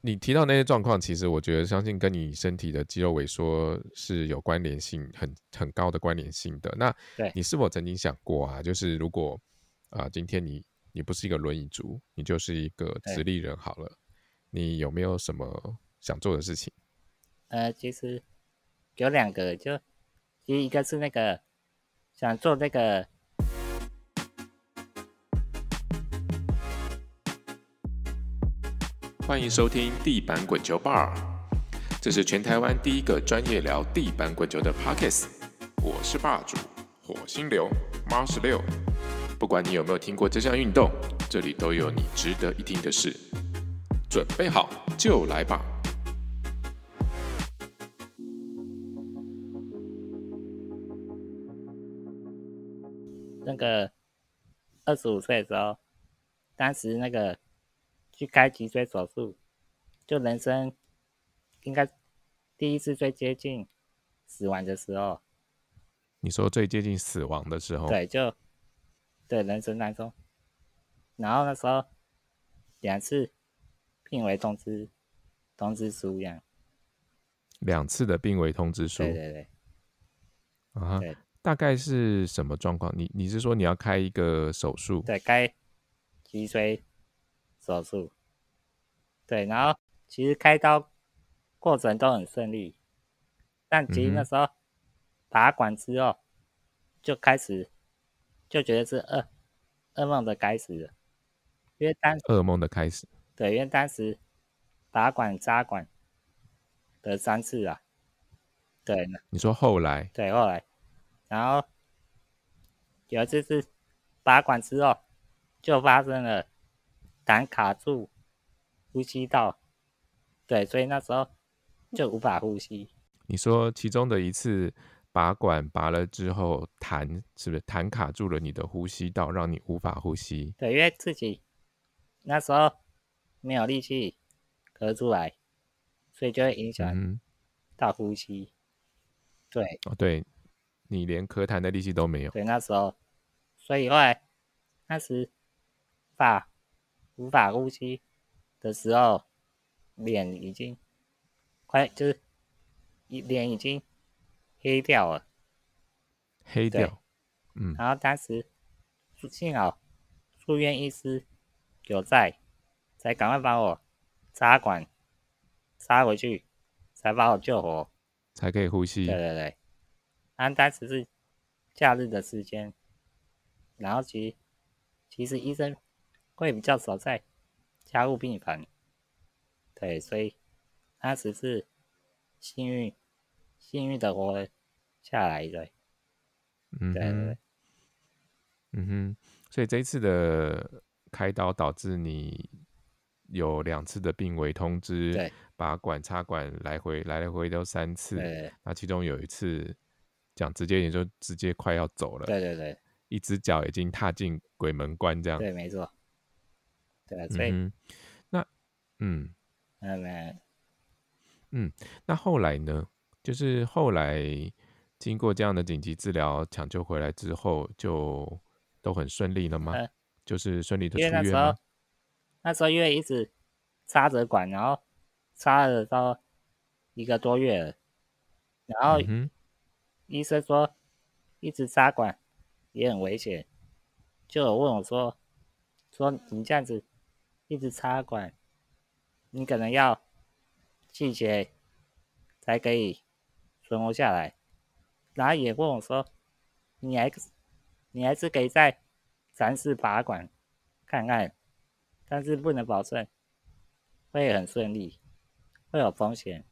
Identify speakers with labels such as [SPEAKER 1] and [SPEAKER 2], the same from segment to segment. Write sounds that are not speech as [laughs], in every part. [SPEAKER 1] 你提到那些状况，其实我觉得相信跟你身体的肌肉萎缩是有关联性，很很高的关联性的。那
[SPEAKER 2] 对
[SPEAKER 1] 你是否曾经想过啊？就是如果啊、今天你你不是一个轮椅族，你就是一个
[SPEAKER 2] 对
[SPEAKER 1] 直立人好了，你有没有什么想做的事情？
[SPEAKER 2] 呃，其实有两个，就其实一个是那个想做那个，
[SPEAKER 1] 欢迎收听地板滚球 Bar，这是全台湾第一个专业聊地板滚球的 Pockets。我是霸主火星流猫十六，不管你有没有听过这项运动，这里都有你值得一听的事。准备好就来吧！
[SPEAKER 2] 那个二十五岁的时候，当时那个去开脊椎手术，就人生应该第一次最接近死亡的时候，
[SPEAKER 1] 你说最接近死亡的时候，
[SPEAKER 2] 对，就对人生当中，然后那时候两次病危通知通知书一样，
[SPEAKER 1] 两次的病危通知书
[SPEAKER 2] 对对对
[SPEAKER 1] 啊
[SPEAKER 2] 对
[SPEAKER 1] 大概是什么状况？你你是说你要开一个手术？
[SPEAKER 2] 对，该脊椎手术，对，然后其实开刀过程都很顺利，但其实那
[SPEAKER 1] 嗯哼
[SPEAKER 2] 时候拔管之后就开始就觉得是噩噩梦的开始了，因为当
[SPEAKER 1] 噩梦的开始，
[SPEAKER 2] 对，因为当时拔管扎管得三次啊，对，
[SPEAKER 1] 你说后来
[SPEAKER 2] 对，后来，然后有一次是拔管之后，就发生了胆卡住呼吸道，对，所以那时候就无法呼吸。
[SPEAKER 1] 你说其中的一次拔管拔了之后痰是不是痰卡住了你的呼吸道，让你无法呼吸？
[SPEAKER 2] 对，因为自己那时候没有力气咳出来，所以就会影响
[SPEAKER 1] 嗯
[SPEAKER 2] 到呼吸。对
[SPEAKER 1] 哼，哦，对，你连咳痰的力气都没有。
[SPEAKER 2] 对，那时候，所以后来那时法无法呼吸的时候，脸已经快就是一脸已经黑掉了。
[SPEAKER 1] 黑
[SPEAKER 2] 对
[SPEAKER 1] 掉，嗯，
[SPEAKER 2] 然后当时幸好住院医师有在，才赶快把我插管插回去，才把我救活。
[SPEAKER 1] 才可以呼吸
[SPEAKER 2] 对。对对，然后当时是假日的时间，然后其实其实医生会比较少在加护病房，对，所以当时是幸运幸运的活了下来的，
[SPEAKER 1] 嗯
[SPEAKER 2] 对对
[SPEAKER 1] 哼
[SPEAKER 2] 对，
[SPEAKER 1] 嗯哼，所以这一次的开刀导致你有两次的病危通知
[SPEAKER 2] 对，
[SPEAKER 1] 拔管、插管来回来来回都三次
[SPEAKER 2] 对，对
[SPEAKER 1] 那其中有一次讲直接也就直接快要走了，
[SPEAKER 2] 对对对
[SPEAKER 1] 一只脚已经踏进鬼门关这样。
[SPEAKER 2] 对，没错，对，所以
[SPEAKER 1] 嗯哼，那嗯，
[SPEAKER 2] 嗯没
[SPEAKER 1] 那后来呢？就是后来经过这样的紧急治疗抢救回来之后，就都很顺利了吗？
[SPEAKER 2] 呃
[SPEAKER 1] 就是顺利的
[SPEAKER 2] 因为
[SPEAKER 1] 出
[SPEAKER 2] 那
[SPEAKER 1] 院啊
[SPEAKER 2] 时候
[SPEAKER 1] 吗？
[SPEAKER 2] 那时候因为一直插着管，然后插了到一个多月了，然后
[SPEAKER 1] 嗯哼，
[SPEAKER 2] 医生说一直插管也很危险，就有问我说说你这样子一直插管，你可能要气节才可以存活下来，然后也问我说你还你还是可以再尝试拔管看看，但是不能保证会很顺利，会有风险，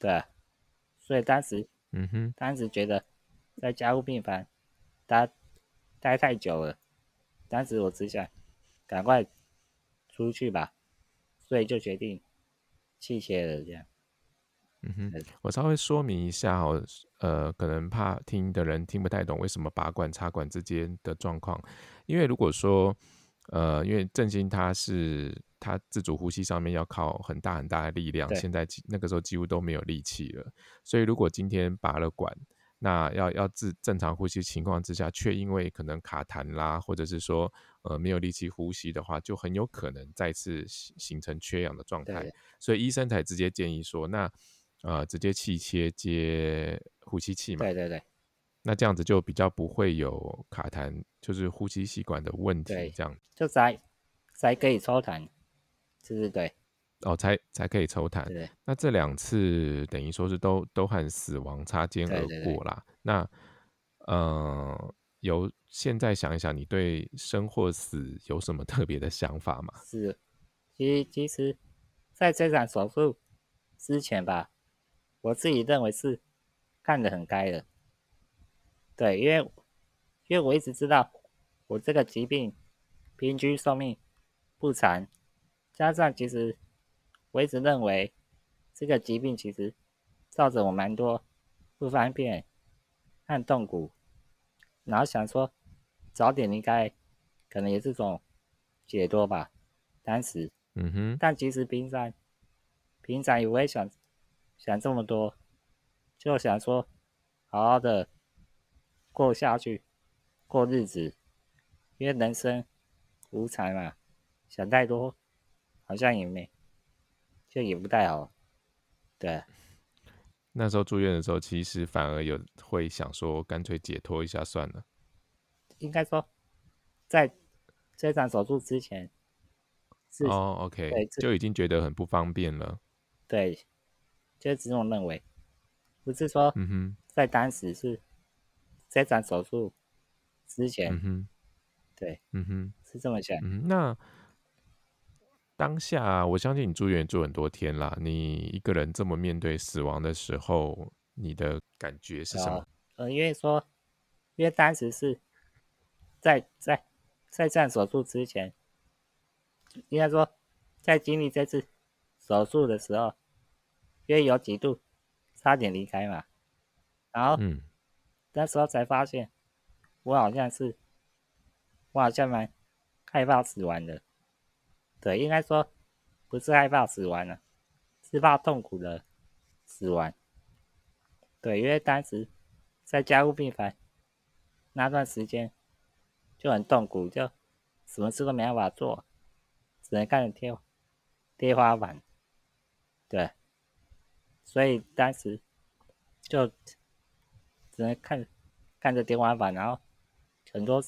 [SPEAKER 2] 对啊、所以当时。
[SPEAKER 1] 嗯哼，
[SPEAKER 2] 当时觉得在加护病房待待太久了，当时我只想赶快出去吧，所以就决定弃械了。这样，
[SPEAKER 1] 嗯哼
[SPEAKER 2] 对，
[SPEAKER 1] 我稍微说明一下哦，呃，可能怕听的人听不太懂为什么拔管插管之间的状况，因为如果说，呃，因为振兴它是它自主呼吸上面要靠很大很大的力量，
[SPEAKER 2] 对
[SPEAKER 1] 现在几那个时候几乎都没有力气了，所以如果今天拔了管，那要要自正常呼吸情况之下，却因为可能卡痰啦，或者是说呃没有力气呼吸的话，就很有可能再次形形成缺氧的状态
[SPEAKER 2] 对。
[SPEAKER 1] 所以医生才直接建议说，那呃直接气切接呼吸器嘛，
[SPEAKER 2] 对对对
[SPEAKER 1] 那这样子就比较不会有卡痰，就是呼吸吸管的问题
[SPEAKER 2] 对，
[SPEAKER 1] 这样
[SPEAKER 2] 就才才可以抽痰，是不是对？
[SPEAKER 1] 哦，才才可以抽痰
[SPEAKER 2] 对。对
[SPEAKER 1] 那这两次等于说是都都和死亡擦肩而
[SPEAKER 2] 对对对
[SPEAKER 1] 过啦。那呃，有现在想一想，你对生或死有什么特别的想法吗？
[SPEAKER 2] 是，其实其实在这场手术之前吧，我自己认为是看得很开的。对，因为因为我一直知道我这个疾病平均寿命不长，加上其实我一直认为这个疾病其实造成我蛮多不方便和痛苦，然后想说早点应该可能也是种解脱吧，当时。
[SPEAKER 1] 嗯哼，
[SPEAKER 2] 但其实平常平常也不会想想这么多，就想说好好的过下去，过日子，因为人生无常嘛，想太多好像也没就也不太好，对
[SPEAKER 1] 那时候住院的时候，其实反而有会想说，干脆解脱一下算了。
[SPEAKER 2] 应该说在这场手术之前是、
[SPEAKER 1] 哦，OK，
[SPEAKER 2] 对这
[SPEAKER 1] 就已经觉得很不方便了。
[SPEAKER 2] 对，就是这种认为，不是说
[SPEAKER 1] 嗯哼，
[SPEAKER 2] 在当时是这场手术之前，
[SPEAKER 1] 嗯哼，
[SPEAKER 2] 对，
[SPEAKER 1] 嗯哼，
[SPEAKER 2] 是这么想。
[SPEAKER 1] 嗯哼，那。当下，啊我相信你住院也住很多天啦。你一个人这么面对死亡的时候，你的感觉是什么？
[SPEAKER 2] 呃，因为说，因为当时是在在在这样手术之前，应该说在经历这次手术的时候，因为有几度差点离开嘛，然后
[SPEAKER 1] 嗯
[SPEAKER 2] 那时候才发现，我好像是，我好像蛮害怕死亡的。对，应该说不是害怕死亡了，是怕痛苦的死亡。对，因为当时在加护病房那段时间就很痛苦，就什么事都没办法做，只能看着天天花板。对，所以当时就只能看看着天花板，然后很多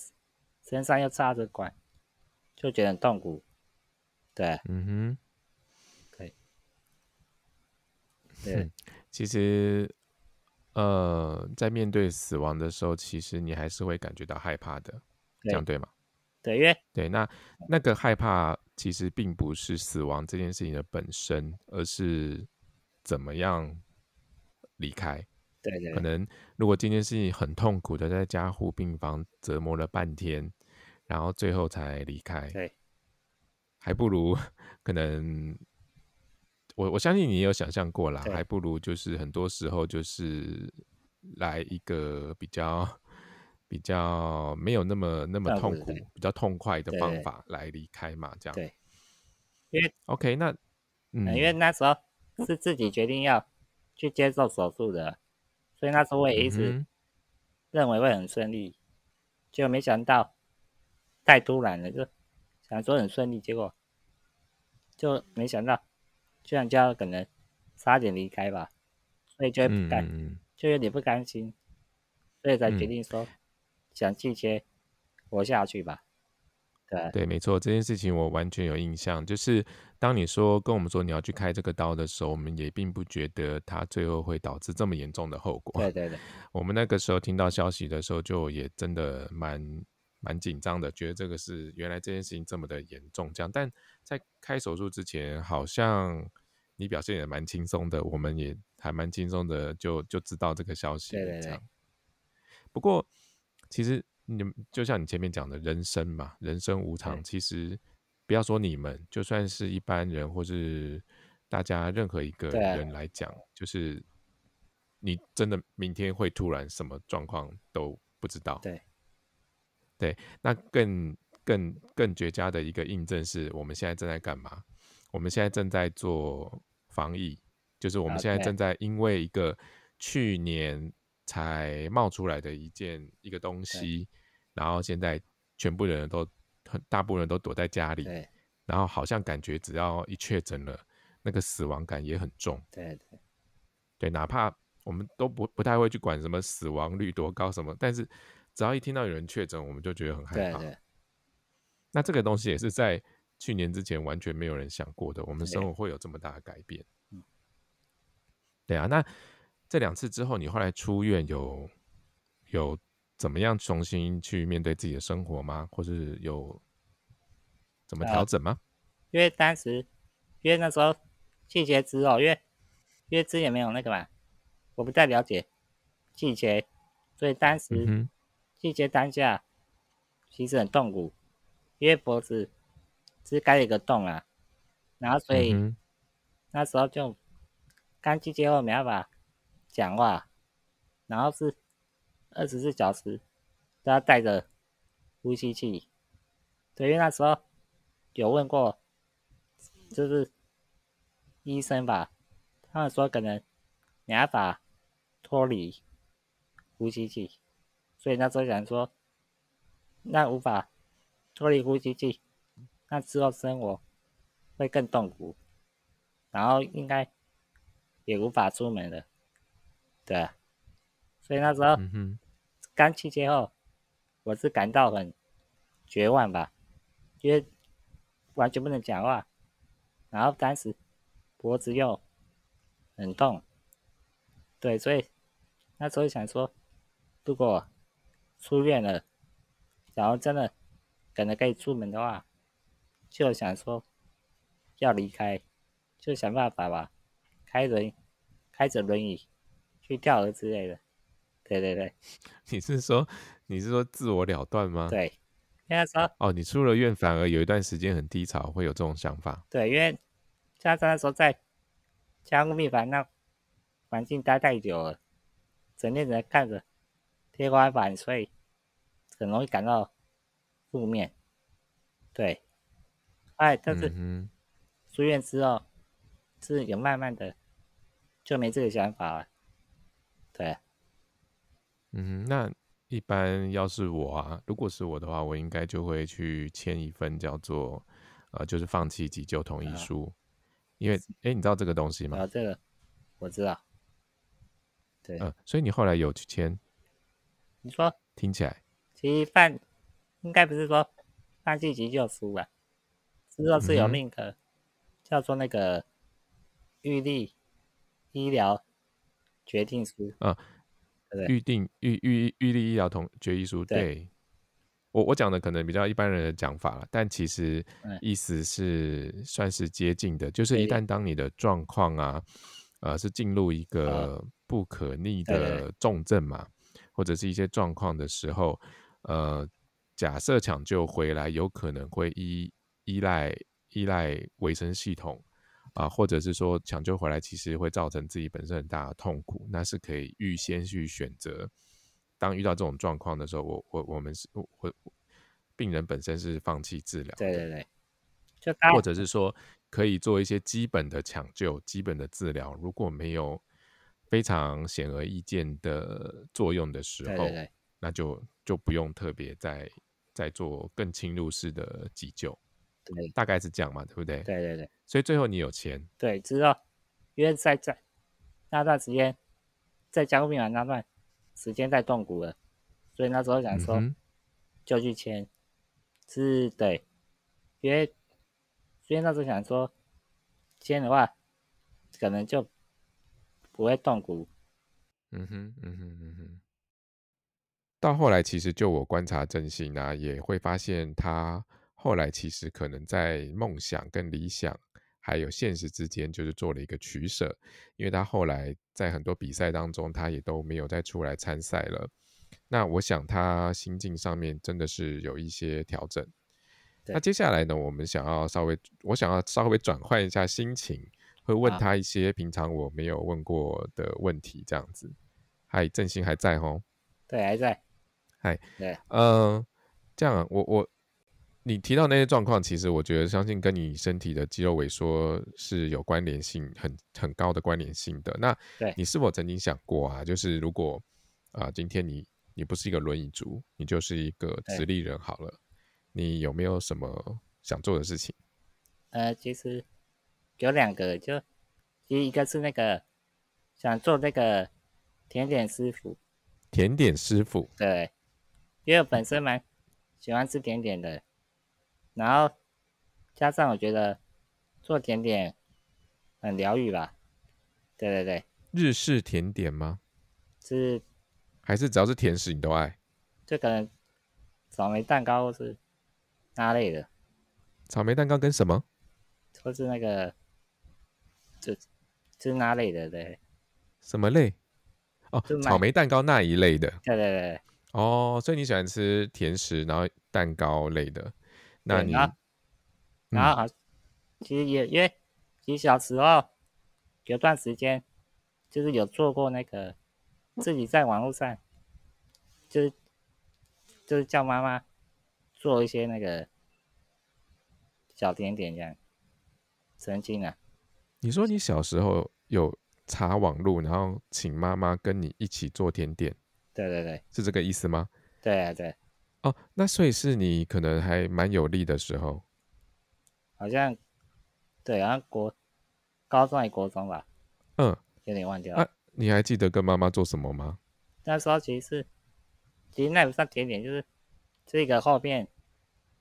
[SPEAKER 2] 身上又插着管，就觉得很痛苦。对，
[SPEAKER 1] 嗯哼，
[SPEAKER 2] 可以，
[SPEAKER 1] 嗯
[SPEAKER 2] 对，
[SPEAKER 1] 其实，呃，在面对死亡的时候，其实你还是会感觉到害怕的，这
[SPEAKER 2] 对
[SPEAKER 1] 样对吗？
[SPEAKER 2] 对，因为
[SPEAKER 1] 对，那那个害怕其实并不是死亡这件事情的本身，而是怎么样离开。
[SPEAKER 2] 对
[SPEAKER 1] 可
[SPEAKER 2] 对
[SPEAKER 1] 能如果今天是你很痛苦的在加护病房折磨了半天，然后最后才离开，
[SPEAKER 2] 对
[SPEAKER 1] 还不如可能我我相信你也有想象过啦，
[SPEAKER 2] 对
[SPEAKER 1] 还不如就是很多时候就是来一个比较比较没有那么那么
[SPEAKER 2] 痛苦
[SPEAKER 1] 痛
[SPEAKER 2] 的对
[SPEAKER 1] 苦、比较痛快的
[SPEAKER 2] 对
[SPEAKER 1] 方
[SPEAKER 2] 对
[SPEAKER 1] 法来离开嘛，这样
[SPEAKER 2] 对，因为
[SPEAKER 1] OK，那
[SPEAKER 2] 呃因为
[SPEAKER 1] 嗯
[SPEAKER 2] 那时候是自己决定要去接受手术的，所以那时候我也一
[SPEAKER 1] 嗯
[SPEAKER 2] 直
[SPEAKER 1] 哼
[SPEAKER 2] 认为会很顺利，结果没想到太突然了，就想说很顺利，结果就没想到居然就要可能差点离开吧，所以就会不
[SPEAKER 1] 嗯
[SPEAKER 2] 甘，
[SPEAKER 1] 嗯嗯，
[SPEAKER 2] 就有点不甘心，所以才决
[SPEAKER 1] 嗯
[SPEAKER 2] 定说想继续活下去吧。对
[SPEAKER 1] 对，没错，这件事情我完全有印象。就是当你说跟我们说你要去开这个刀的时候，我们也并不觉得它最后会导致这么严重的后果。
[SPEAKER 2] 对对对
[SPEAKER 1] 我们那个时候听到消息的时候，就也真的蛮蛮紧张的，觉得这个是原来这件事情这么的严重这样。但在开手术之前，好像你表现也蛮轻松的，我们也还蛮轻松的就就知道这个消息
[SPEAKER 2] 对
[SPEAKER 1] 了
[SPEAKER 2] 对
[SPEAKER 1] 这
[SPEAKER 2] 对
[SPEAKER 1] 样。不过其实你们就像你前面讲的，人生嘛，人生无常，
[SPEAKER 2] 对
[SPEAKER 1] 其实不要说你们，就算是一般人或是大家任何一个
[SPEAKER 2] 对啊
[SPEAKER 1] 人来讲，就是你真的明天会突然什么状况都不知道。
[SPEAKER 2] 对
[SPEAKER 1] 那更更更绝佳的一个印证是我们现在正在干嘛？我们现在正在做防疫，就是我们
[SPEAKER 2] 啊
[SPEAKER 1] 现在
[SPEAKER 2] 对
[SPEAKER 1] 正在因为一个去年才冒出来的一件一个东
[SPEAKER 2] 对
[SPEAKER 1] 西，然后现在全部人都很大部分人都躲在家里，
[SPEAKER 2] 对
[SPEAKER 1] 然后好像感觉只要一确诊了，那个死亡感也很重。
[SPEAKER 2] 对对，
[SPEAKER 1] 对，哪怕我们都不不太会去管什么死亡率多高什么，但是只要一听到有人确诊，我们就觉得很害
[SPEAKER 2] 对
[SPEAKER 1] 怕。
[SPEAKER 2] 对
[SPEAKER 1] 那这个东西也是在去年之前完全没有人想过的，我们
[SPEAKER 2] 对嗯
[SPEAKER 1] 生活会有这么大的改变。对啊，那这两次之后，你后来出院有有怎么样重新去面对自己的生活吗？或是有怎么
[SPEAKER 2] 呃
[SPEAKER 1] 调整吗？
[SPEAKER 2] 因为当时因为那时候季节只有因为因为之前没有那个嘛，我不太了解季节，所以当时、
[SPEAKER 1] 嗯哼，
[SPEAKER 2] 季节当下其实很痛苦，因为脖子只开了一个洞啊，然后所以
[SPEAKER 1] 嗯哼
[SPEAKER 2] 那时候就刚季节后没办法讲话，然后是二十四小时都要带着呼吸器，对，因为那时候有问过，就是医生吧，他们说可能没办法脱离呼吸器，所以那时候想说，那无法脱离呼吸器，那之后生活会更痛苦，然后应该也无法出门了，对啊、所以那时候
[SPEAKER 1] 嗯哼，
[SPEAKER 2] 刚去街后，我是感到很绝望吧，因为完全不能讲话，然后当时脖子又很痛，对，所以那时候想说，如果出院了，然后真的可能可以出门的话，就想说要离开，就想办法吧，开轮开着轮椅去跳河之类的，对对对。
[SPEAKER 1] 你是说你是说自我了断吗？
[SPEAKER 2] 对，因为那时候
[SPEAKER 1] 哦，你出了院反而有一段时间很低潮，会有这种想法。
[SPEAKER 2] 对，因为加上那时候在加护病房那环境待太久了，整天只能看着天花板，所以很容易感到负面。对，哎，但是
[SPEAKER 1] 嗯
[SPEAKER 2] 出院之后，是有慢慢的就没这个想法了。对，
[SPEAKER 1] 哼，嗯哼，那一般要是我啊，如果是我的话，我应该就会去签一份叫做呃，就是放弃急救同意
[SPEAKER 2] 啊
[SPEAKER 1] 书，因为诶，你知道这个东西
[SPEAKER 2] 然
[SPEAKER 1] 吗？
[SPEAKER 2] 后这个我知道。对，
[SPEAKER 1] 嗯、所以你后来有去签，
[SPEAKER 2] 你说
[SPEAKER 1] 听起来，
[SPEAKER 2] 其实放应该不是说放弃急救书吧，之后是有
[SPEAKER 1] 嗯哼
[SPEAKER 2] 另一个、叫做那个预立医疗决定书，
[SPEAKER 1] 啊
[SPEAKER 2] 对不对？
[SPEAKER 1] 预定预预预立医疗同决议书，
[SPEAKER 2] 对
[SPEAKER 1] 对我我讲的可能比较一般人的讲法了，但其实
[SPEAKER 2] 嗯
[SPEAKER 1] 意思是算是接近的，就是
[SPEAKER 2] 对
[SPEAKER 1] 一旦当你的状况啊，呃，是进入一个
[SPEAKER 2] 呃
[SPEAKER 1] 不可逆
[SPEAKER 2] 对对
[SPEAKER 1] 的重症嘛，或者是一些状况的时候，呃，假设抢救回来，有可能会依依赖依赖维生系统。啊，或者是说抢救回来，其实会造成自己本身很大的痛苦，那是可以预先去选择。当遇到这种状况的时候，我我我们是我我病人本身是放弃治疗
[SPEAKER 2] 对
[SPEAKER 1] 的，
[SPEAKER 2] 对对，就大
[SPEAKER 1] 或者是说可以做一些基本的抢救、基本的治疗。如果没有非常显而易见的作用的时
[SPEAKER 2] 对
[SPEAKER 1] 候，
[SPEAKER 2] 对对
[SPEAKER 1] 那就就不用特别再再做更侵入式的急救，
[SPEAKER 2] 对
[SPEAKER 1] 大概是这样嘛，对不对？
[SPEAKER 2] 对对对
[SPEAKER 1] 所以最后你有钱，
[SPEAKER 2] 对，之后因为在在那段时间在加护病房那段时间太痛苦了，所以那时候想
[SPEAKER 1] 嗯
[SPEAKER 2] 说。
[SPEAKER 1] 哼，
[SPEAKER 2] 就去签，是对，因为因为那时候想说签的话，可能就不会痛苦，
[SPEAKER 1] 嗯哼，嗯哼，嗯哼。到后来，其实就我观察郑信啊，也会发现他后来其实可能在梦想跟理想还有现实之间，就是做了一个取舍。因为他后来在很多比赛当中，他也都没有再出来参赛了。那我想他心境上面真的是有一些调整。
[SPEAKER 2] 对
[SPEAKER 1] 那接下来呢，我们想要稍微，我想要稍微转换一下心情，会问
[SPEAKER 2] 好
[SPEAKER 1] 他一些平常我没有问过的问题，这样子。嗨，郑信还在吼。
[SPEAKER 2] 对，还在，
[SPEAKER 1] 嗨，
[SPEAKER 2] 对，
[SPEAKER 1] 呃，这样啊，我我你提到那些状况，其实我觉得相信跟你身体的肌肉萎缩是有关联性，很很高的关联性的。那
[SPEAKER 2] 对
[SPEAKER 1] 你是否曾经想过啊？就是如果啊、今天你你不是一个轮椅族，你就是一个
[SPEAKER 2] 对
[SPEAKER 1] 直立人好了，你有没有什么想做的事情？
[SPEAKER 2] 呃，其实有两个，就其实一个是那个想做那个甜点师傅，
[SPEAKER 1] 甜点师傅，
[SPEAKER 2] 对，因为我本身蛮喜欢吃甜点的，然后加上我觉得做甜点很疗愈吧，对对对，
[SPEAKER 1] 日式甜点吗？
[SPEAKER 2] 是
[SPEAKER 1] 还是只要是甜食你都爱？
[SPEAKER 2] 就可能草莓蛋糕或是那类的，
[SPEAKER 1] 草莓蛋糕跟什么？
[SPEAKER 2] 或是那个就就是那类的，对
[SPEAKER 1] 什么类？哦
[SPEAKER 2] 就，买
[SPEAKER 1] 草莓蛋糕那一类的
[SPEAKER 2] 对对对，
[SPEAKER 1] 哦，所以你喜欢吃甜食，然后蛋糕类的。那
[SPEAKER 2] 对
[SPEAKER 1] 你嗯
[SPEAKER 2] 然后然后好，其实也因为其实小时候有段时间就是有做过那个自己在网络上，就是就是叫妈妈做一些那个小甜点这样，曾经啊，
[SPEAKER 1] 你说你小时候有查网路，然后请妈妈跟你一起做甜点，
[SPEAKER 2] 对对对
[SPEAKER 1] 是这个意思吗？
[SPEAKER 2] 对啊对，
[SPEAKER 1] 哦，那所以是你可能还蛮有力的时候，
[SPEAKER 2] 好像对，然后国高中还国中吧，
[SPEAKER 1] 嗯，
[SPEAKER 2] 有点忘掉了。
[SPEAKER 1] 啊，你还记得跟妈妈做什么吗？
[SPEAKER 2] 那时候其实是，其实那也不算甜点，就是这个后面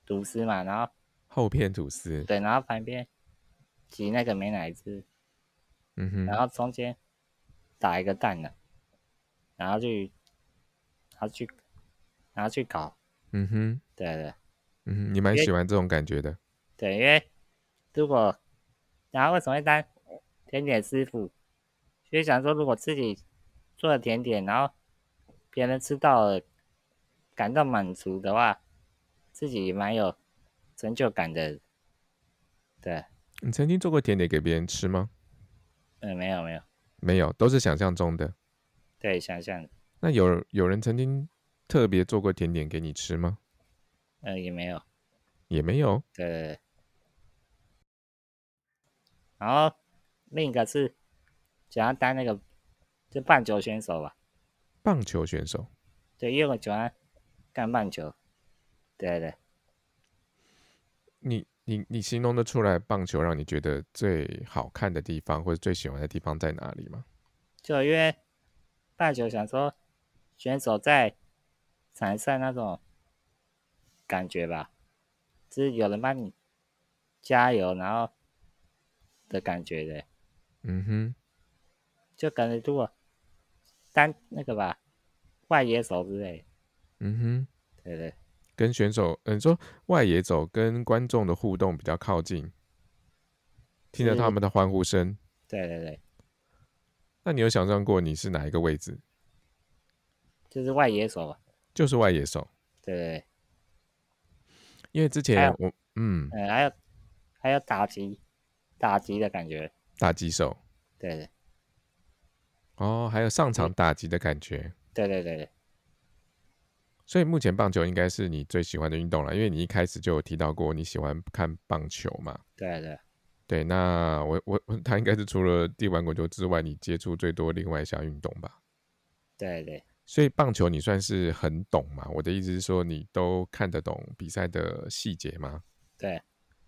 [SPEAKER 2] 吐司嘛，然后
[SPEAKER 1] 厚片吐司，
[SPEAKER 2] 对，然后旁边挤那个美乃滋，
[SPEAKER 1] 嗯哼，
[SPEAKER 2] 然后中间打一个蛋的，然后去，然后去，然后去搞，
[SPEAKER 1] 嗯哼，
[SPEAKER 2] 对对
[SPEAKER 1] 嗯哼，你蛮
[SPEAKER 2] 因为
[SPEAKER 1] 喜欢这种感觉的，
[SPEAKER 2] 对，因为如果，然后为什么会当甜点师傅？就是想说，如果自己做的甜点，然后别人吃到了，感到满足的话，自己蛮有成就感的。对，
[SPEAKER 1] 你曾经做过甜点给别人吃吗？
[SPEAKER 2] 嗯，没有没有，
[SPEAKER 1] 没有，都是想象中的。
[SPEAKER 2] 对，想象的，
[SPEAKER 1] 那有有人曾经特别做过甜点给你吃吗？
[SPEAKER 2] 嗯，也没有。
[SPEAKER 1] 也没有。
[SPEAKER 2] 对对对。然后另一个是想要当那个就棒球选手吧，
[SPEAKER 1] 棒球选手，
[SPEAKER 2] 对，因为我喜欢干棒球。对对
[SPEAKER 1] 你你你形容得出来棒球让你觉得最好看的地方，或者最喜欢的地方在哪里吗？
[SPEAKER 2] 就因为棒球想说选手在场上那种感觉吧，就是有人帮你加油，然后的感觉的，
[SPEAKER 1] 嗯哼，
[SPEAKER 2] 就感觉如果当那个吧外野手之类的，
[SPEAKER 1] 嗯哼。
[SPEAKER 2] 对对
[SPEAKER 1] 跟选手，嗯、你说外野走跟观众的互动比较靠近，听着
[SPEAKER 2] 嗯
[SPEAKER 1] 他们的欢呼声。
[SPEAKER 2] 对对对，
[SPEAKER 1] 那你有想象过你是哪一个位置？
[SPEAKER 2] 就是外野手吧，
[SPEAKER 1] 就是外野手，
[SPEAKER 2] 对对
[SPEAKER 1] 因为之
[SPEAKER 2] 还
[SPEAKER 1] 前
[SPEAKER 2] 有
[SPEAKER 1] 我嗯
[SPEAKER 2] 对，嗯，还有还有打击打击的感觉，
[SPEAKER 1] 打击手
[SPEAKER 2] 对对
[SPEAKER 1] 哦，还有上场打击的感觉，
[SPEAKER 2] 对对对对
[SPEAKER 1] 所以目前棒球应该是你最喜欢的运动了，因为你一开始就有提到过你喜欢看棒球嘛。
[SPEAKER 2] 对对，
[SPEAKER 1] 对，那我我我他应该是除了地板滚球之外，你接触最多另外一项运动吧？
[SPEAKER 2] 对对
[SPEAKER 1] 所以棒球你算是很懂嘛？我的意思是说，你都看得懂比赛的细节吗？
[SPEAKER 2] 对，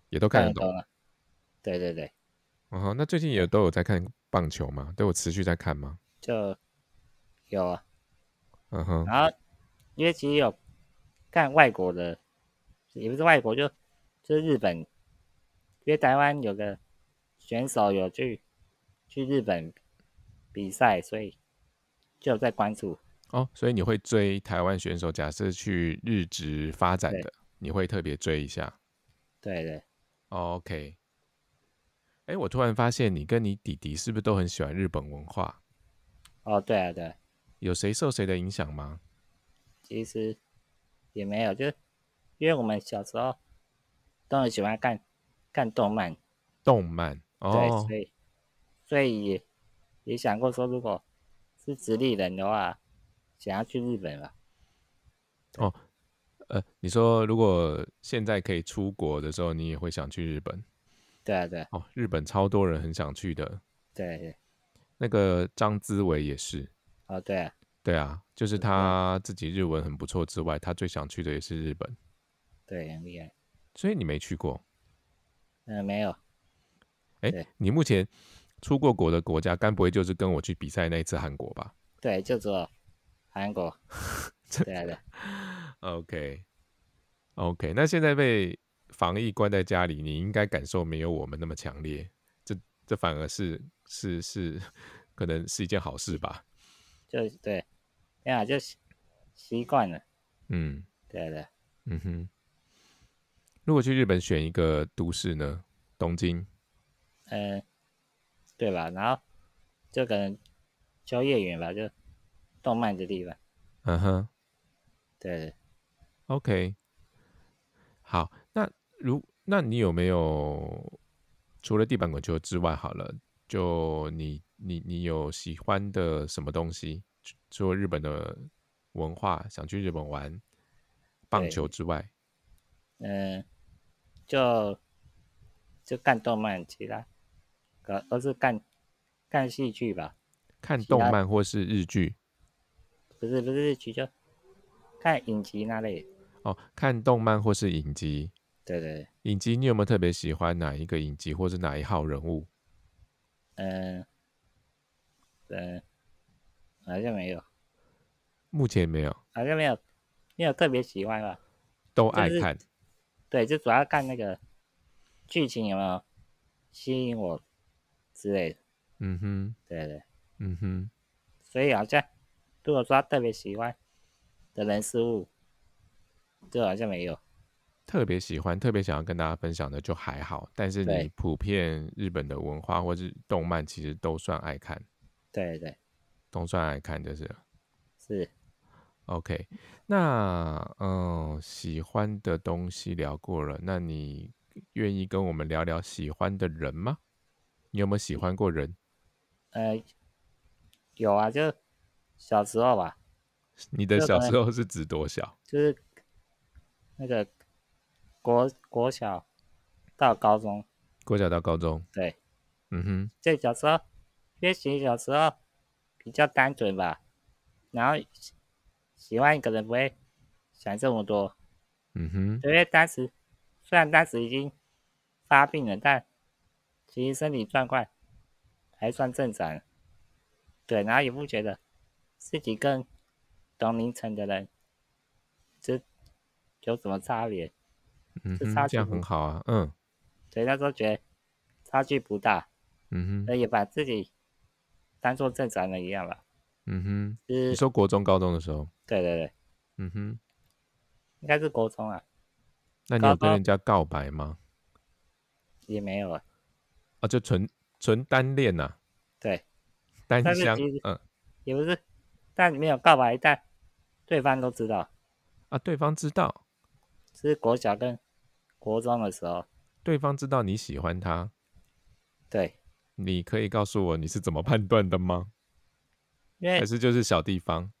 [SPEAKER 1] 也都看得
[SPEAKER 2] 懂
[SPEAKER 1] 懂。
[SPEAKER 2] 了，对对对。
[SPEAKER 1] 哦、那最近也都有在看棒球吗？都有持续在看吗？
[SPEAKER 2] 就有啊。
[SPEAKER 1] 嗯哼，
[SPEAKER 2] 然后因为其实有看外国的，也不是外国，就就是日本，因为台湾有个选手有去去日本比赛，所以就有在关注。
[SPEAKER 1] 哦，所以你会追台湾选手，假设去日职发展的，你会特别追一下。
[SPEAKER 2] 对对，
[SPEAKER 1] 哦 OK，哎，我突然发现你跟你弟弟是不是都很喜欢日本文化？
[SPEAKER 2] 哦对啊对啊，
[SPEAKER 1] 有谁受谁的影响吗？
[SPEAKER 2] 其实也没有，就是因为我们小时候都很喜欢看看动漫，
[SPEAKER 1] 动漫
[SPEAKER 2] 对，
[SPEAKER 1] 哦
[SPEAKER 2] 所，以所以也也想过说，如果是直立人的话，想要去日本吧？
[SPEAKER 1] 呃，你说如果现在可以出国的时候，你也会想去日本
[SPEAKER 2] 对啊，对啊
[SPEAKER 1] 哦？日本超多人很想去的，
[SPEAKER 2] 对啊对啊，
[SPEAKER 1] 那个张资伟也是，
[SPEAKER 2] 哦对啊
[SPEAKER 1] 对啊，就是他自己日文很不错之外，他最想去的也是日本。
[SPEAKER 2] 对，很厉害。
[SPEAKER 1] 所以你没去过。
[SPEAKER 2] 嗯、没有，
[SPEAKER 1] 哎
[SPEAKER 2] 对，
[SPEAKER 1] 你目前出过国的国家，该不会就是跟我去比赛那一次韩国吧
[SPEAKER 2] 对，就只有韩国。对啊对啊，
[SPEAKER 1] ？OK OK，那现在被防疫关在家里，你应该感受没有我们那么强烈，这这反而是是是，可能是一件好事吧。
[SPEAKER 2] 就对，没有就习习惯了。
[SPEAKER 1] 嗯
[SPEAKER 2] 对啊对啊，
[SPEAKER 1] 嗯哼，如果去日本选一个都市呢，东京，
[SPEAKER 2] 嗯、对吧？然后就可能秋叶原吧，就动漫的地方。
[SPEAKER 1] 嗯哼。
[SPEAKER 2] 对对，
[SPEAKER 1] OK，好，那如那你有没有除了地板滚球之外，好了，就你你你有喜欢的什么东西？除除了日本的文化，想去日本玩棒
[SPEAKER 2] 对
[SPEAKER 1] 球之外，
[SPEAKER 2] 嗯、就就看动漫，其他可都是看看戏剧吧，
[SPEAKER 1] 看
[SPEAKER 2] 其
[SPEAKER 1] 动
[SPEAKER 2] 他
[SPEAKER 1] 漫或是日剧
[SPEAKER 2] 不是不是日剧就看影集那类。
[SPEAKER 1] 哦，看动漫或是影集。
[SPEAKER 2] 对对对，
[SPEAKER 1] 影集你有没有特别喜欢哪一个影集，或是哪一号人物？
[SPEAKER 2] 嗯、嗯、好像没有，
[SPEAKER 1] 目前没有，
[SPEAKER 2] 好像没有没有特别喜欢吧。
[SPEAKER 1] 都爱
[SPEAKER 2] 是
[SPEAKER 1] 看。
[SPEAKER 2] 对，就主要看那个剧情有没有吸引我之类的。
[SPEAKER 1] 嗯哼，
[SPEAKER 2] 对对，
[SPEAKER 1] 嗯哼。
[SPEAKER 2] 所以好像如果说特别喜欢的人事物，就好像没有。
[SPEAKER 1] 特别喜欢、特别想要跟大家分享的就还好，但是你
[SPEAKER 2] 对
[SPEAKER 1] 普遍日本的文化或是动漫，其实都算爱看，
[SPEAKER 2] 对对，
[SPEAKER 1] 都算爱看就是了。
[SPEAKER 2] 是
[SPEAKER 1] OK，那嗯，喜欢的东西聊过了，那你愿意跟我们聊聊喜欢的人吗？你有没有喜欢过人？
[SPEAKER 2] 呃有啊，就小时候吧，
[SPEAKER 1] 你的
[SPEAKER 2] 这个
[SPEAKER 1] 小时候是指多小？
[SPEAKER 2] 就是那个国国小到高中，
[SPEAKER 1] 国小到高中？
[SPEAKER 2] 对，
[SPEAKER 1] 嗯哼，
[SPEAKER 2] 这小时候，约习小时候比较单纯吧，然后喜喜欢一个人不会想这么多，
[SPEAKER 1] 嗯哼，
[SPEAKER 2] 因为当时虽然当时已经发病了，但其实身体状况还算正常，对，然后也不觉得自己跟同龄层的人这有什么差别，
[SPEAKER 1] 嗯
[SPEAKER 2] 这
[SPEAKER 1] 哼，
[SPEAKER 2] 差
[SPEAKER 1] 这样
[SPEAKER 2] 距
[SPEAKER 1] 很好啊，嗯，
[SPEAKER 2] 所以那时候觉得差距不大，
[SPEAKER 1] 嗯
[SPEAKER 2] 所
[SPEAKER 1] 哼，
[SPEAKER 2] 以也把自己当做正常人一样吧，
[SPEAKER 1] 嗯哼，
[SPEAKER 2] 就是
[SPEAKER 1] 你说国中、高中的时候，
[SPEAKER 2] 对对对，
[SPEAKER 1] 嗯哼，
[SPEAKER 2] 应该是国中啊，
[SPEAKER 1] 那你
[SPEAKER 2] 高
[SPEAKER 1] 有跟
[SPEAKER 2] 中
[SPEAKER 1] 人家告白吗？
[SPEAKER 2] 也没有啊。
[SPEAKER 1] 啊，就纯纯单恋呐、
[SPEAKER 2] 对，
[SPEAKER 1] 单
[SPEAKER 2] 但是
[SPEAKER 1] 相
[SPEAKER 2] 其实，
[SPEAKER 1] 嗯
[SPEAKER 2] 也不是，但没有告白，但对方都知道，
[SPEAKER 1] 啊，对方知道，
[SPEAKER 2] 是国小跟国中的时候。
[SPEAKER 1] 对方知道你喜欢他，
[SPEAKER 2] 对，
[SPEAKER 1] 你可以告诉我你是怎么判断的吗？
[SPEAKER 2] 因为
[SPEAKER 1] 还是就是小地方？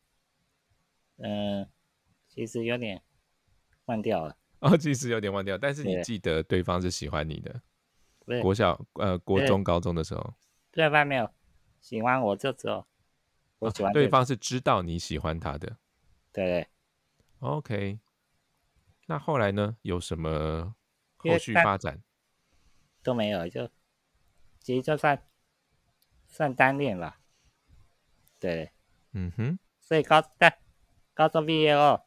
[SPEAKER 2] 嗯、呃其实有点忘掉了，
[SPEAKER 1] 哦，其实有点忘掉，但是你
[SPEAKER 2] 对
[SPEAKER 1] 记得对方是喜欢你的。
[SPEAKER 2] 不是
[SPEAKER 1] 国小、呃，国
[SPEAKER 2] 对
[SPEAKER 1] 中、高中的时候，
[SPEAKER 2] 对方没有喜欢我，就只有我喜欢
[SPEAKER 1] 啊对
[SPEAKER 2] 方。
[SPEAKER 1] 方是知道你喜欢他的。
[SPEAKER 2] 对对，
[SPEAKER 1] OK，那后来呢？有什么后
[SPEAKER 2] 因为
[SPEAKER 1] 续
[SPEAKER 2] 他
[SPEAKER 1] 发展？
[SPEAKER 2] 都没有，就其实就算算单恋吧。对，
[SPEAKER 1] 嗯哼，
[SPEAKER 2] 所以高但高中毕业后，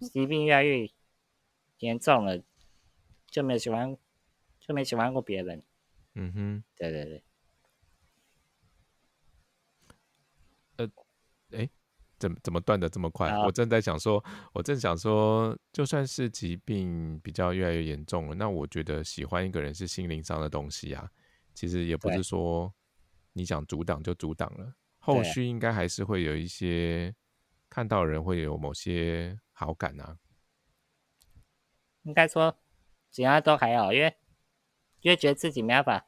[SPEAKER 2] 疾病越来越严重了，就没有喜欢，就没喜欢过别人。
[SPEAKER 1] 嗯哼。
[SPEAKER 2] 对对对，
[SPEAKER 1] 怎么怎么断的这么快？
[SPEAKER 2] 啊
[SPEAKER 1] 我正在想说，我正想说，就算是疾病比较越来越严重了，那我觉得喜欢一个人是心灵上的东西啊，其实也不
[SPEAKER 2] 对
[SPEAKER 1] 是说你想阻挡就阻挡了，后
[SPEAKER 2] 对啊
[SPEAKER 1] 续应该还是会有一些看到的人会有某些好感啊。
[SPEAKER 2] 应该说其他都还好，因为因为觉得自己没办法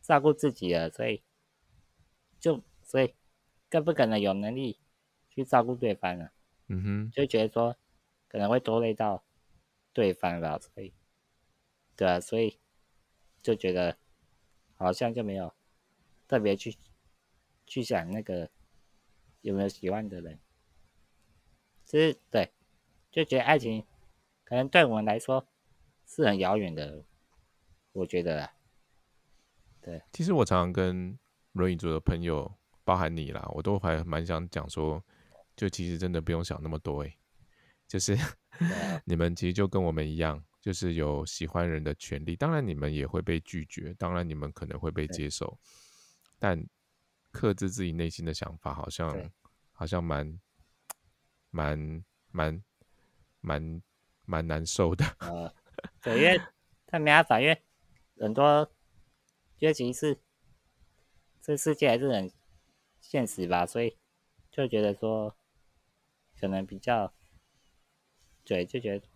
[SPEAKER 2] 照顾自己了，所以就所以更不可能有能力去照顾对方了，
[SPEAKER 1] 嗯哼，
[SPEAKER 2] 就觉得说可能会拖累到对方吧，所以对啊，所以就觉得好像就没有特别去去想那个有没有喜欢的人，就是对，就觉得爱情可能对我们来说是很遥远的，我觉得啊啦。
[SPEAKER 1] 其实我常常跟轮椅族的朋友，包含你啦，我都还蛮想讲说，就其实真的不用想那么多、欸，就是 [laughs] 你们其实就跟我们一样，就是有喜欢人的权利，当然你们也会被拒绝，当然你们可能会被接受，但克制自己内心的想法，好像
[SPEAKER 2] 对
[SPEAKER 1] 好像蛮蛮蛮蛮蛮难受的。 [laughs]
[SPEAKER 2] 呃，对，因为但没办法，因为很多，因为其实是这世界还是很现实吧，所以就觉得说，可能比较，对，就觉得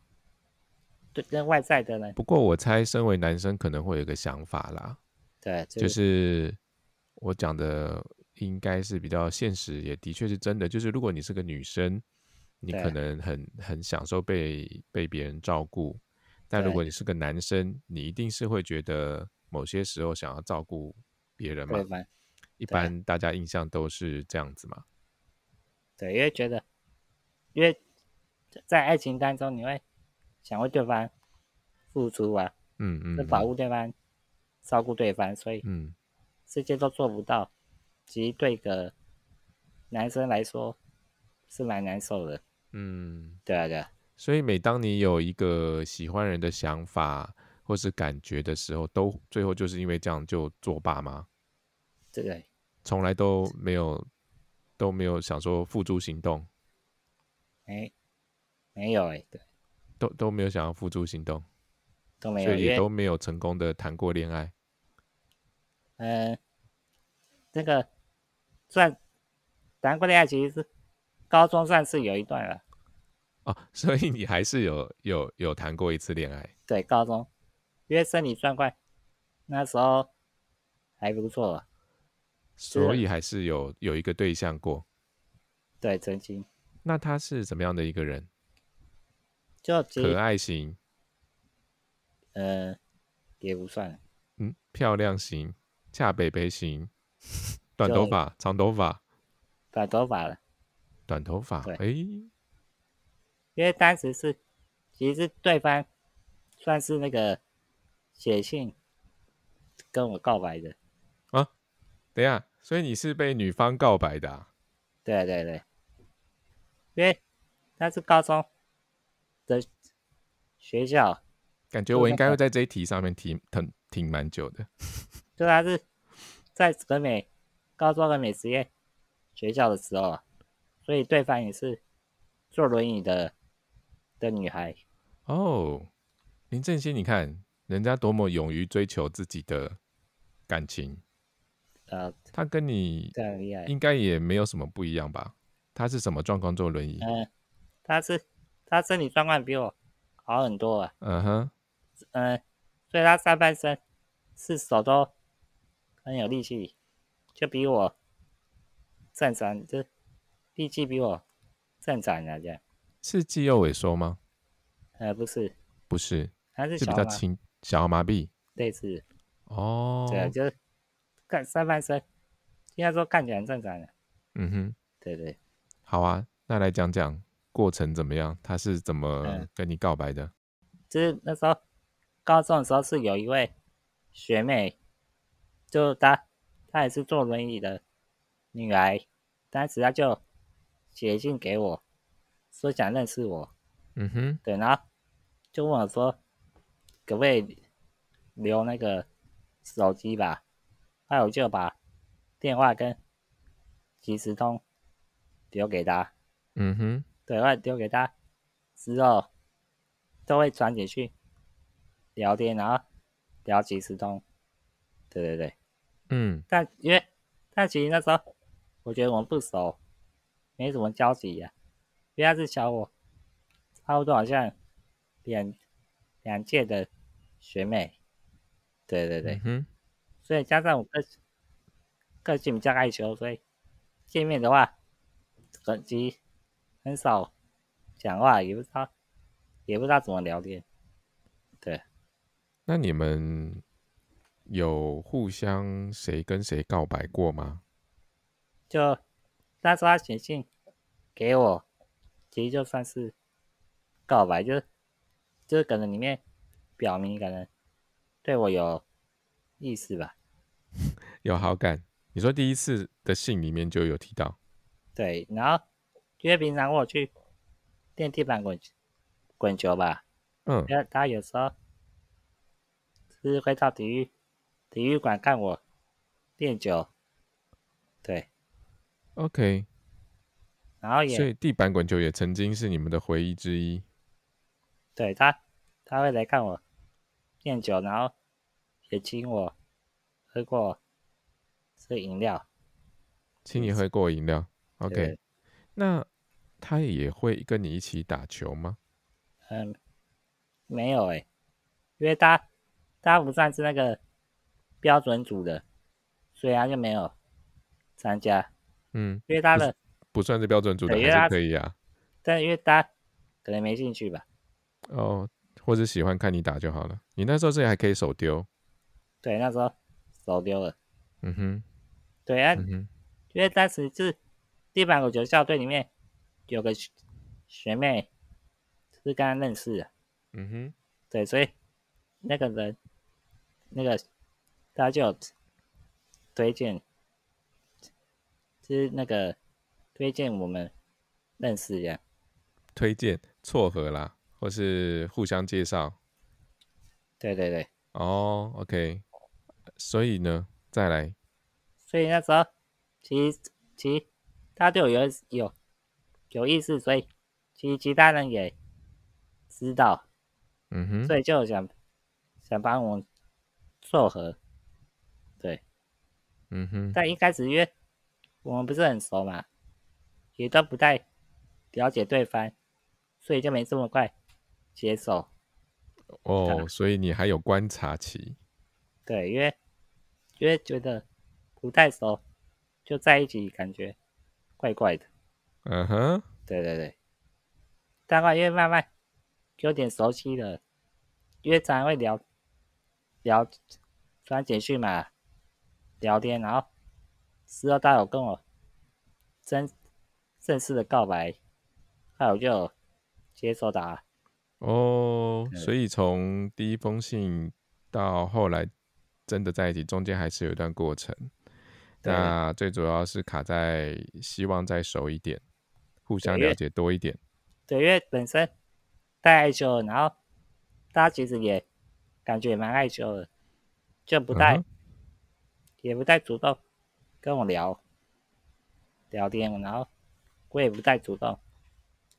[SPEAKER 2] 对跟外在的呢，
[SPEAKER 1] 不过我猜，身为男生可能会有一个想法啦，
[SPEAKER 2] 对，
[SPEAKER 1] 就
[SPEAKER 2] 就是
[SPEAKER 1] 是我讲的应该是比较现实，也的确是真的。就是如果你是个女生，你可
[SPEAKER 2] 对
[SPEAKER 1] 能很很享受被被别人照顾，但如
[SPEAKER 2] 对
[SPEAKER 1] 果你是个男生，你一定是会觉得某些时候想要照顾别人嘛
[SPEAKER 2] 对。吧？
[SPEAKER 1] 一般大家印象都是这样子嘛。
[SPEAKER 2] 对，因为觉得，因为在爱情当中，你会想为对方付出啊，
[SPEAKER 1] 嗯嗯嗯
[SPEAKER 2] 跟保护对方、照顾对方，所以
[SPEAKER 1] 嗯，
[SPEAKER 2] 这些都做不到，其实对一个男生来说是蛮难受的。
[SPEAKER 1] 嗯，
[SPEAKER 2] 对啊，对啊，
[SPEAKER 1] 所以每当你有一个喜欢人的想法或是感觉的时候，都最后就是因为这样就作罢吗？
[SPEAKER 2] 对对
[SPEAKER 1] 从来都没有都没有想说付诸行动，
[SPEAKER 2] 没哎没有哎、对，
[SPEAKER 1] 都都没有想要付诸行动，
[SPEAKER 2] 都没
[SPEAKER 1] 所
[SPEAKER 2] 有，
[SPEAKER 1] 以
[SPEAKER 2] 因
[SPEAKER 1] 也
[SPEAKER 2] 为
[SPEAKER 1] 都没有成功的谈过恋爱。
[SPEAKER 2] 嗯，那个算谈过恋爱，其实是高中算是有一段了。
[SPEAKER 1] 哦， [laughs] 所以你还是有有有谈过一次恋爱，
[SPEAKER 2] 对，高中因为身体状况那时候还不错啊，
[SPEAKER 1] 所以还是有有一个对象过。
[SPEAKER 2] 对，曾经
[SPEAKER 1] 那他是怎么样的一个人？
[SPEAKER 2] 就其
[SPEAKER 1] 可
[SPEAKER 2] 实
[SPEAKER 1] 爱型，
[SPEAKER 2] 呃也不算了，
[SPEAKER 1] 嗯，漂亮型，恰北北
[SPEAKER 2] [laughs]
[SPEAKER 1] 型，短
[SPEAKER 2] 就
[SPEAKER 1] 头发、长头发、
[SPEAKER 2] 短头发了。
[SPEAKER 1] 短头发，
[SPEAKER 2] 对
[SPEAKER 1] 诶，
[SPEAKER 2] 因为当时是，其实是对方算是那个写信跟我告白的，
[SPEAKER 1] 等一下，所以你是被女方告白的、啊？
[SPEAKER 2] 对对对，因为他是高中的学校，
[SPEAKER 1] 感觉
[SPEAKER 2] 就
[SPEAKER 1] 我
[SPEAKER 2] 那
[SPEAKER 1] 应该
[SPEAKER 2] 个
[SPEAKER 1] 会在这一题上面停停停蛮久的。
[SPEAKER 2] 就啊他是在格美高中格美实验学校的时候啊，所以对方也是坐轮椅的的女孩，
[SPEAKER 1] 哦，林正熙，你看人家多么勇于追求自己的感情，
[SPEAKER 2] 呃，
[SPEAKER 1] 他跟你
[SPEAKER 2] 这样厉害。
[SPEAKER 1] 应该也没有什么不一样吧？他是什么状况坐轮椅？
[SPEAKER 2] 嗯，他是他身体状况比我好很多啊，
[SPEAKER 1] 嗯哼，
[SPEAKER 2] 嗯，所以他上半身是手都很有力气，就比我正常，就力气比我正常啊，这样。
[SPEAKER 1] 是肌肉萎缩吗？
[SPEAKER 2] 呃，不是，
[SPEAKER 1] 不是，
[SPEAKER 2] 他是
[SPEAKER 1] 是
[SPEAKER 2] 小
[SPEAKER 1] 比较
[SPEAKER 2] 嘛，
[SPEAKER 1] 轻小儿麻痹。
[SPEAKER 2] 类似，
[SPEAKER 1] 哦，
[SPEAKER 2] 对，啊就是看上半身，应该说看起来很正常的、
[SPEAKER 1] 嗯哼，
[SPEAKER 2] 对对，
[SPEAKER 1] 好啊，那来讲讲过程怎么样？他是怎么
[SPEAKER 2] 嗯
[SPEAKER 1] 跟你告白的？
[SPEAKER 2] 就是那时候高中的时候是有一位学妹，就她她也是坐轮椅的女孩，当时她就写信给我，说想认识我，
[SPEAKER 1] 嗯哼，
[SPEAKER 2] 对，然后就问我说，可不可以留那个手机吧？还有就把电话跟即时通留给他，
[SPEAKER 1] 嗯哼，
[SPEAKER 2] 对外丢给他之后，都会传简讯聊天，然后聊即时通。对对对，
[SPEAKER 1] 嗯，
[SPEAKER 2] 但因为但其实那时候我觉得我们不熟，没什么交集呀、因为他是小我，差不多好像两两届的学妹。对对对，
[SPEAKER 1] 嗯哼，
[SPEAKER 2] 所以加上我个个性比较害羞，所以见面的话很急，很少讲话，也不知道也不知道怎么聊天。对，
[SPEAKER 1] 那你们有互相谁跟谁告白过吗？
[SPEAKER 2] 就那时候他写信给我，其实就算是告白，就是就是可能里面表明可能对我有意思吧。
[SPEAKER 1] 有好感。你说第一次的信里面就有提到，
[SPEAKER 2] 对，然后因为平常我有去练地板滚滚球吧，
[SPEAKER 1] 嗯，
[SPEAKER 2] 然后他有时候就是会到体育体育馆看我练球，对，
[SPEAKER 1] OK，
[SPEAKER 2] 然后
[SPEAKER 1] 所
[SPEAKER 2] 也
[SPEAKER 1] 以地板滚球也曾经是你们的回忆之一。
[SPEAKER 2] 对他他会来看我练球，然后也请我喝过这饮料，
[SPEAKER 1] 请你喝过饮料，OK？
[SPEAKER 2] 对
[SPEAKER 1] 那他也会跟你一起打球吗？
[SPEAKER 2] 嗯，没有诶、因为他他不算是那个标准组的，所以他就没有参加。
[SPEAKER 1] 嗯，
[SPEAKER 2] 因为他的，
[SPEAKER 1] 不算是标准组的，
[SPEAKER 2] 对因为
[SPEAKER 1] 还是
[SPEAKER 2] 他
[SPEAKER 1] 可以啊。
[SPEAKER 2] 但因为他可能没兴趣吧。
[SPEAKER 1] 哦，或者喜欢看你打就好了。你那时候是还可以手丢，
[SPEAKER 2] 对，那时候手丢了。
[SPEAKER 1] 嗯哼，
[SPEAKER 2] 对啊，
[SPEAKER 1] 嗯哼，
[SPEAKER 2] 因为当时是地板狗球校队里面有个学学妹是刚刚认识的，
[SPEAKER 1] 嗯哼，
[SPEAKER 2] 对，所以那个人那个他就有推荐，就是那个推荐我们认识这样。
[SPEAKER 1] 推荐撮合啦，或是互相介绍。
[SPEAKER 2] 对对对，
[SPEAKER 1] 哦，OK。所以呢，再来，
[SPEAKER 2] 所以那时候其实其实他对我有有有意思，所以其实其他人也知道，
[SPEAKER 1] 嗯哼，
[SPEAKER 2] 所以就想想帮我们撮合。对，
[SPEAKER 1] 嗯哼，
[SPEAKER 2] 但一开始因为我们不是很熟嘛，也都不太了解对方，所以就没这么快接受。 [laughs]
[SPEAKER 1] 哦，所以你还有观察期，
[SPEAKER 2] 对，因为因为觉得不太熟，就在一起感觉怪怪的。
[SPEAKER 1] 嗯哼，
[SPEAKER 2] 对对对，大概因为慢慢有点熟悉了，因为常会聊聊传简讯嘛，聊天，然后之后他有跟我真正式的告白，那我就接受他、
[SPEAKER 1] 哦，
[SPEAKER 2] 对
[SPEAKER 1] 所以从第一封信到后来真的在一起，中间还是有一段过程。
[SPEAKER 2] 对
[SPEAKER 1] 那最主要是卡在希望再熟一点，互相
[SPEAKER 2] 对因为
[SPEAKER 1] 了解多一点。
[SPEAKER 2] 对，因为本身太害羞了，然后他其实也感觉也蛮害羞的，就不太、
[SPEAKER 1] 嗯哼
[SPEAKER 2] 也不太主动跟我聊聊天，然后我也不太主动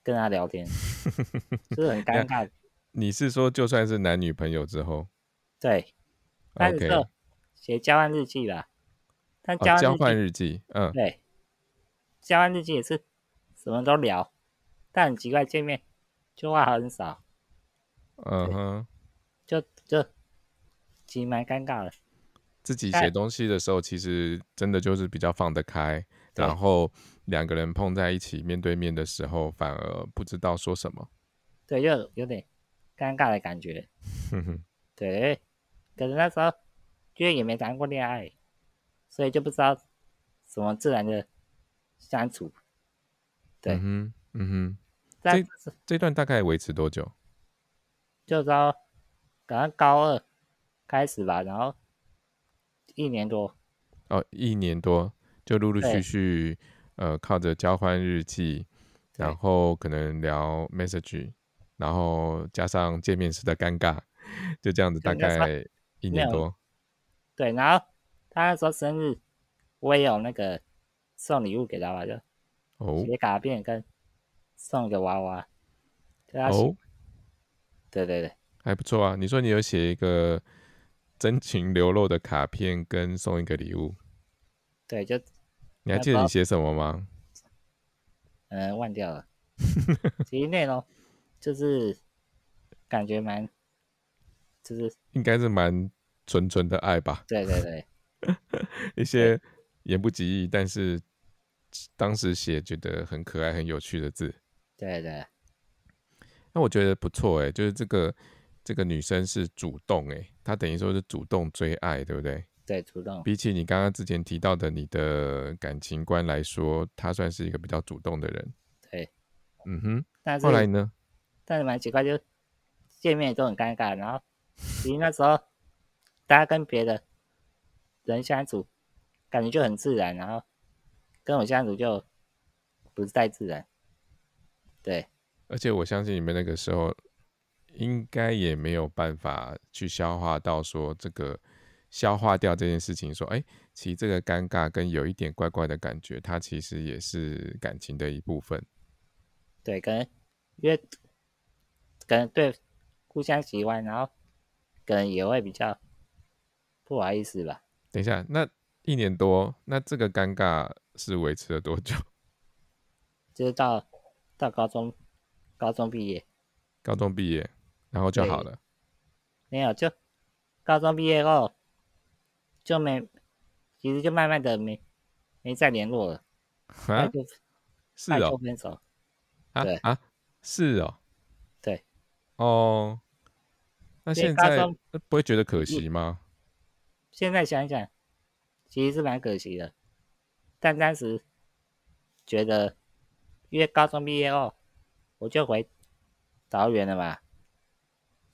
[SPEAKER 2] 跟他
[SPEAKER 1] [laughs]
[SPEAKER 2] 聊天，就是很尴尬。
[SPEAKER 1] 你是说，就算是男女朋友之后 [laughs]
[SPEAKER 2] 对，但是
[SPEAKER 1] ，OK，
[SPEAKER 2] 就写交换日记啦，但
[SPEAKER 1] 哦，
[SPEAKER 2] 交
[SPEAKER 1] 交换
[SPEAKER 2] 换日记、
[SPEAKER 1] 日记，嗯，
[SPEAKER 2] 对交换日记也是什么都聊，但很奇怪见面就话很少，
[SPEAKER 1] 嗯哼，
[SPEAKER 2] 就就其实蛮尴尬的。
[SPEAKER 1] 自己
[SPEAKER 2] 但
[SPEAKER 1] 写东西的时候，其实真的就是比较放得开，
[SPEAKER 2] 对
[SPEAKER 1] 然后两个人碰在一起面对面的时候，反而不知道说什么。
[SPEAKER 2] 对，就有点尴尬的感觉。
[SPEAKER 1] 哼哼，
[SPEAKER 2] 对，可是那时候因为也没谈过恋爱，所以就不知道怎么自然的相处。对
[SPEAKER 1] 嗯哼，嗯哼，
[SPEAKER 2] 但
[SPEAKER 1] 这这段大概维持多久？
[SPEAKER 2] 就到可能高二开始吧，然后一年多，
[SPEAKER 1] 哦，一年多就陆陆续
[SPEAKER 2] 对
[SPEAKER 1] 续，呃，靠着交换日记，
[SPEAKER 2] 对
[SPEAKER 1] 然后可能聊 message，然后加上见面时的尴尬，就这样子大
[SPEAKER 2] 尴尬啥
[SPEAKER 1] 概一
[SPEAKER 2] 没
[SPEAKER 1] 年
[SPEAKER 2] 有
[SPEAKER 1] 多。
[SPEAKER 2] 对，然后他那时候生日，我也有那个送礼物给他吧，就
[SPEAKER 1] 哦
[SPEAKER 2] 写卡片跟送一个娃娃，对他喜，
[SPEAKER 1] 哦，
[SPEAKER 2] 对对对。
[SPEAKER 1] 还不错啊。你说你有写一个真情流露的卡片，跟送一个礼物，
[SPEAKER 2] 对，就
[SPEAKER 1] 你还
[SPEAKER 2] 那
[SPEAKER 1] 记得
[SPEAKER 2] 包
[SPEAKER 1] 你写什么吗？
[SPEAKER 2] 嗯、呃、忘掉了。其实内容就是感觉蛮，就是
[SPEAKER 1] 应该是蛮纯纯的爱吧，
[SPEAKER 2] 对对对
[SPEAKER 1] 一些言不及义，但是当时写觉得很可爱、很有趣的字。
[SPEAKER 2] 对对
[SPEAKER 1] 那我觉得不错哎、就是这个这个女生是主动哎、她等于说是主动追爱，对不对？
[SPEAKER 2] 对，主动
[SPEAKER 1] 比起你刚刚之前提到的你的感情观来说，她算是一个比较主动的人。
[SPEAKER 2] 对，
[SPEAKER 1] 嗯哼，
[SPEAKER 2] 但是
[SPEAKER 1] 后来呢？
[SPEAKER 2] 但是蛮奇怪，就见面都很尴尬。然后，其实那时候大家跟别的人相处，感觉就很自然，然后跟我相处就不是太自然。对，
[SPEAKER 1] 而且我相信你们那个时候应该也没有办法去消化到说这个消化掉这件事情，说哎，其实这个尴尬跟有一点怪怪的感觉，它其实也是感情的一部分。
[SPEAKER 2] 对，可能因为可能对互相喜欢，然后可能也会比较不好意思吧。
[SPEAKER 1] 等一下，那一年多，那这个尴尬是维持了多久？
[SPEAKER 2] 就是到到高中高中毕业
[SPEAKER 1] 高中毕业，然后就
[SPEAKER 2] 对
[SPEAKER 1] 好了。
[SPEAKER 2] 没有，就高中毕业后就没，其实就慢慢的没没再联络了，
[SPEAKER 1] 啊
[SPEAKER 2] 那，就是那就
[SPEAKER 1] 哦，
[SPEAKER 2] 分手。
[SPEAKER 1] 啊
[SPEAKER 2] 对
[SPEAKER 1] 啊，是哦，
[SPEAKER 2] 对，
[SPEAKER 1] 哦，那
[SPEAKER 2] 因为
[SPEAKER 1] 现
[SPEAKER 2] 高
[SPEAKER 1] 在
[SPEAKER 2] 中嗯
[SPEAKER 1] 那不会觉得可惜吗？
[SPEAKER 2] 现在想一想，其实是蛮可惜的，但当时觉得，因为高中毕业后我就回桃园了嘛，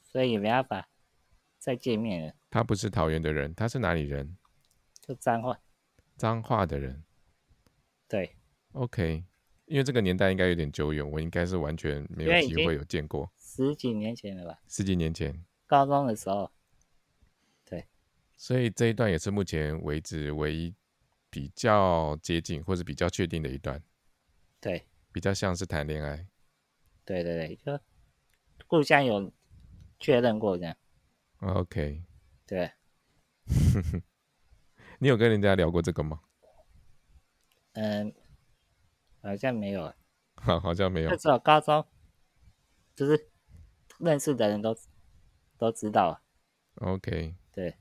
[SPEAKER 2] 所以也没办法再见面了，
[SPEAKER 1] 他不是桃园的人，他是哪里人？
[SPEAKER 2] 就脏话。
[SPEAKER 1] 彰化的人。
[SPEAKER 2] 对，
[SPEAKER 1] OK，因为这个年代应该有点久远，我应该是完全没
[SPEAKER 2] 因
[SPEAKER 1] 有
[SPEAKER 2] 为已
[SPEAKER 1] 机
[SPEAKER 2] 经
[SPEAKER 1] 会有见过。
[SPEAKER 2] 十几年前了吧，
[SPEAKER 1] 十几年前，
[SPEAKER 2] 高中的时候，
[SPEAKER 1] 所以这一段也是目前为止唯一比较接近或是比较确定的一段，
[SPEAKER 2] 对。
[SPEAKER 1] 比较像是谈恋爱。
[SPEAKER 2] 对对对，就互相有确认过这样。
[SPEAKER 1] OK，
[SPEAKER 2] 对，
[SPEAKER 1] 你有跟人家聊过这个吗？ [laughs]
[SPEAKER 2] 嗯，好像没有，
[SPEAKER 1] 好，好像没有
[SPEAKER 2] 那。时候高中就是认识的人都都知道啊。
[SPEAKER 1] OK，
[SPEAKER 2] 对，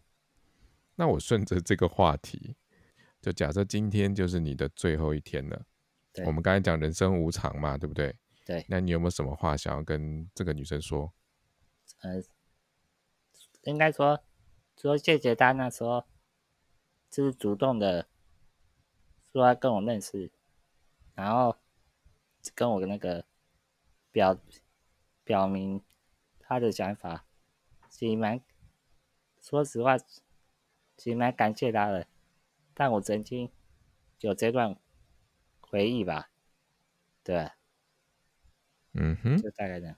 [SPEAKER 1] 那我顺着这个话题，就假设今天就是你的最后一天了。
[SPEAKER 2] 对
[SPEAKER 1] 我们刚才讲人生无常嘛，对不对？
[SPEAKER 2] 对
[SPEAKER 1] 那你有没有什么话想要跟这个女生说？
[SPEAKER 2] 嗯，应该说说谢谢他那时候就是主动的说要跟我认识，然后跟我那个表表明他的想法，其实蛮说实话，其实蛮感谢他的，但我曾经有这段回忆吧，对，啊
[SPEAKER 1] 嗯哼，
[SPEAKER 2] 就大概这样，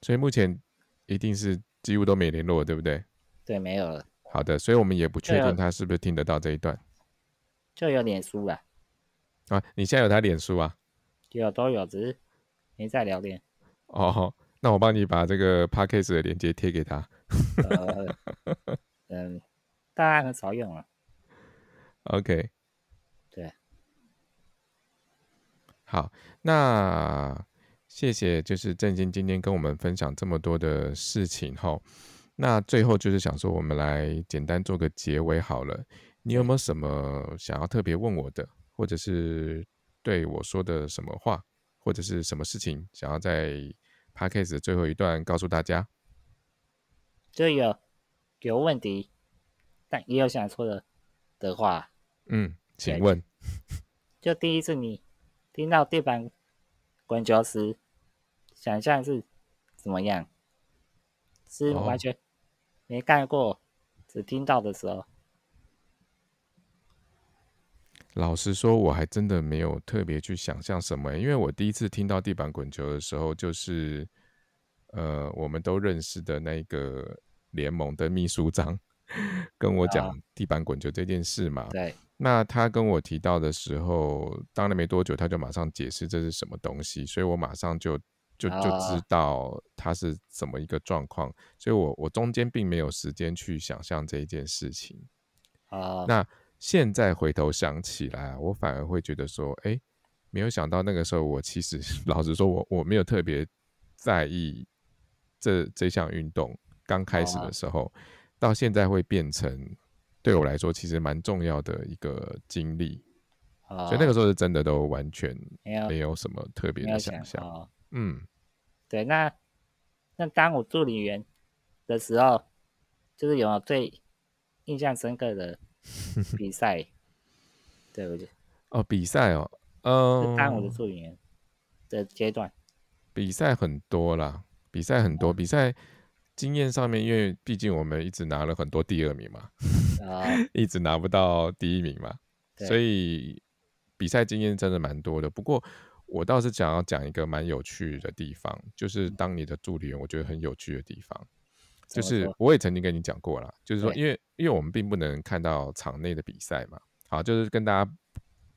[SPEAKER 1] 所以目前一定是几乎都没联络，对不对？
[SPEAKER 2] 对，没有了，
[SPEAKER 1] 好的，所以我们也不确
[SPEAKER 2] 对啊
[SPEAKER 1] 定她是不是听得到这一段
[SPEAKER 2] 就有脸书了。
[SPEAKER 1] 啊。你现在有她脸书啊？
[SPEAKER 2] 有都有，只是没在聊天。
[SPEAKER 1] 哦，那我帮你把这个 p a c k a g e 的链接贴给她。
[SPEAKER 2] 呃，
[SPEAKER 1] [laughs]
[SPEAKER 2] 嗯，大家很少用啊。
[SPEAKER 1] OK，
[SPEAKER 2] 对，
[SPEAKER 1] 好，那谢谢，就是郑兴今天跟我们分享这么多的事情后，那最后就是想说，我们来简单做个结尾好了。你有没有什么想要特别问我的，或者是对我说的什么话，或者是什么事情，想要在 podcast 的最后一段告诉大家？
[SPEAKER 2] 就有有问题，但也有想说的的话。
[SPEAKER 1] 嗯，请
[SPEAKER 2] 对
[SPEAKER 1] 问，
[SPEAKER 2] 就第一次你听到地板滚球时，想象是怎么样？是
[SPEAKER 1] 哦
[SPEAKER 2] 完全没干过，只听到的时候。
[SPEAKER 1] 老实说，我还真的没有特别去想象什么欸，因为我第一次听到地板滚球的时候，就是呃，我们都认识的那个联盟的秘书长跟我讲地板滚球这件事嘛。
[SPEAKER 2] 啊对
[SPEAKER 1] 那他跟我提到的时候，当然没多久他就马上解释这是什么东西，所以我马上就就就知
[SPEAKER 2] 啊
[SPEAKER 1] 道它是怎么一个状况，所以我我中间并没有时间去想象这一件事情。
[SPEAKER 2] 啊、
[SPEAKER 1] 那现在回头想起来，啊我反而会觉得说，哎，没有想到那个时候，我其实 [laughs] 老实说我，我没有特别在意这这项运动。刚开始的
[SPEAKER 2] 哦
[SPEAKER 1] 时候，到现在会变成对我来说其实蛮重要的一个经历，
[SPEAKER 2] 啊，
[SPEAKER 1] 所以那个时候是真的都完全
[SPEAKER 2] 没有
[SPEAKER 1] 没有什么特别
[SPEAKER 2] 呃没
[SPEAKER 1] 的
[SPEAKER 2] 有
[SPEAKER 1] 想象。
[SPEAKER 2] 哦
[SPEAKER 1] 嗯，
[SPEAKER 2] 对，那那当我助理员的时候，就是有没有最印象深刻
[SPEAKER 1] [laughs]
[SPEAKER 2] 的比赛？对，我就
[SPEAKER 1] 哦，比赛哦，
[SPEAKER 2] 就当我的
[SPEAKER 1] 嗯，
[SPEAKER 2] 助理员的阶段，
[SPEAKER 1] 比赛很多啦，比赛很多，比赛经验上面，因为毕竟我们一直拿了很多第二名嘛，
[SPEAKER 2] 啊，
[SPEAKER 1] [laughs] 一直拿不到第一名嘛，
[SPEAKER 2] 对
[SPEAKER 1] 所以比赛经验真的蛮多的。不过我倒是想要讲一个蛮有趣的地方，就是当你的助理员，我觉得很有趣的地方，就
[SPEAKER 2] 怎么
[SPEAKER 1] 是
[SPEAKER 2] 说
[SPEAKER 1] 我也曾经跟你讲过啦，就是说，
[SPEAKER 2] 对
[SPEAKER 1] 因为因为我们并不能看到场内的比赛嘛，好，就是跟大家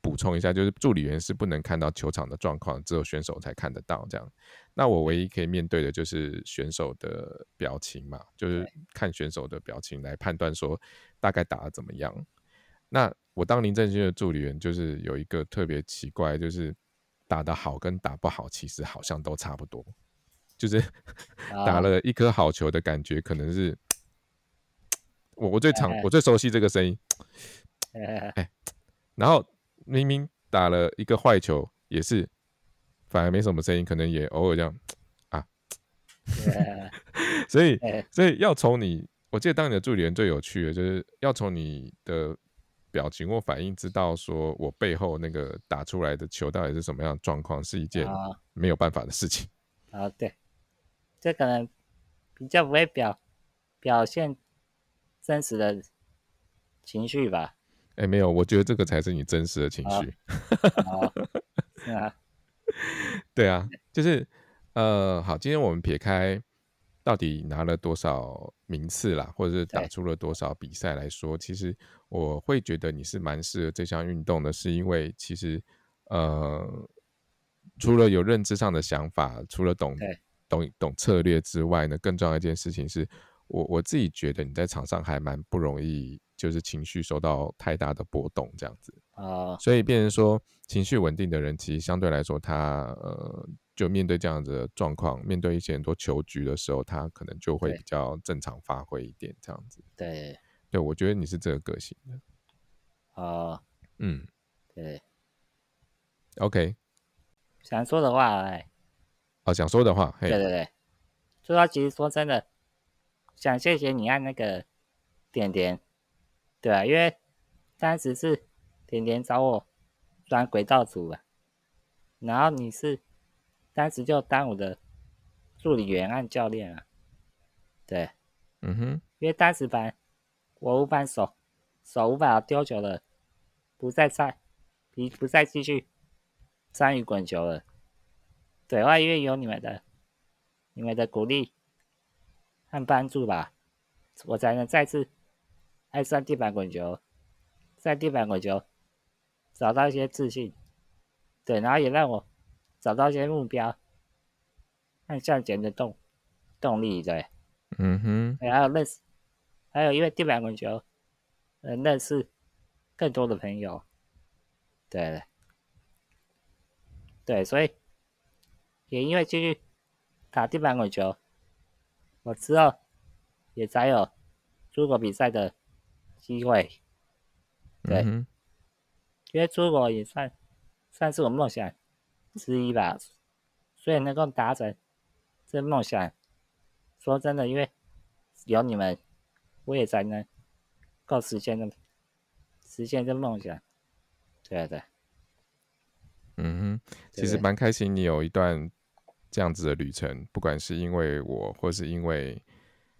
[SPEAKER 1] 补充一下，就是助理员是不能看到球场的状况，只有选手才看得到这样。那我唯一可以面对的就是选手的表情嘛，就是看选手的表情来判断说大概打得怎么样。那我当林正勋的助理员，就是有一个特别奇怪，就是打得好跟打不好其实好像都差不多，就是 [laughs] 打
[SPEAKER 2] 啊
[SPEAKER 1] 了一颗好球的感觉，可能是我我最常
[SPEAKER 2] 哎
[SPEAKER 1] 我最熟悉这个声音，
[SPEAKER 2] 呃
[SPEAKER 1] 然后明明打了一个坏球，也是反而没什么声音，可能也偶尔这样。 [laughs]
[SPEAKER 2] 呃
[SPEAKER 1] 所以
[SPEAKER 2] 哎，
[SPEAKER 1] 所以要从你，我记得当你的助理员最有趣的，就是要从你的表情或反应知道，说我背后那个打出来的球到底是什么样的状况，是一件
[SPEAKER 2] 啊
[SPEAKER 1] 没有办法的事情。
[SPEAKER 2] 啊，对，这可能比较不会表表现真实的情绪吧？
[SPEAKER 1] 哎，没有，我觉得这个才是你真实的情绪。
[SPEAKER 2] 啊，是啊，
[SPEAKER 1] 对啊，就是呃，好，今天我们撇开到底拿了多少名次啦，或者是打
[SPEAKER 2] 对
[SPEAKER 1] 出了多少比赛来说，其实我会觉得你是蛮适合这项运动的，是因为其实呃，除了有认知上的想法，除了懂
[SPEAKER 2] 对
[SPEAKER 1] 懂懂策略之外呢，更重要的一件事情是我我自己觉得你在场上还蛮不容易，就是情绪受到太大的波动这样子。
[SPEAKER 2] 啊，
[SPEAKER 1] 所以变成说，情绪稳定的人，其实相对来说他，呃，就面对这样子的状况，面对一些很多球局的时候，他可能就会
[SPEAKER 2] 对
[SPEAKER 1] 比较正常发挥一点，这样子。
[SPEAKER 2] 对，
[SPEAKER 1] 对，我觉得你是这个个性的。
[SPEAKER 2] 啊，
[SPEAKER 1] 嗯
[SPEAKER 2] 对，
[SPEAKER 1] ，OK，
[SPEAKER 2] 想说的话，哎，
[SPEAKER 1] 哦，想说的话，嘿，
[SPEAKER 2] 对对对，就说其实说真的，想谢谢你按那个点点，对啊，因为当时是点点找我转轨道组啊，然后你是当时就当我的助理员按教练啊，对，
[SPEAKER 1] 嗯哼，
[SPEAKER 2] 因为当时把我无反手手无法丢球了，不再再不不再继续参与滚球了。对外因为有你们的你们的鼓励和帮助吧，我才能再次爱上地板滚球，在地板滚球找到一些自信，对，然后也让我找到一些目标和向前的动动力，对。
[SPEAKER 1] 嗯哼，
[SPEAKER 2] 对还有认识，还有因为地板滚球，呃，认识更多的朋友。对，对，所以也因为继续打地板滚球，我之后也才有出国比赛的机会。对
[SPEAKER 1] 嗯哼，
[SPEAKER 2] 因为出国也算算是我梦想之一吧，所以能够达成这梦想，说真的，因为有你们，我也才能够实现这实现这梦想。对对
[SPEAKER 1] 嗯哼，
[SPEAKER 2] 对
[SPEAKER 1] 其实
[SPEAKER 2] 对
[SPEAKER 1] 蛮开心，你有一段这样子的旅程，不管是因为我，或是因为。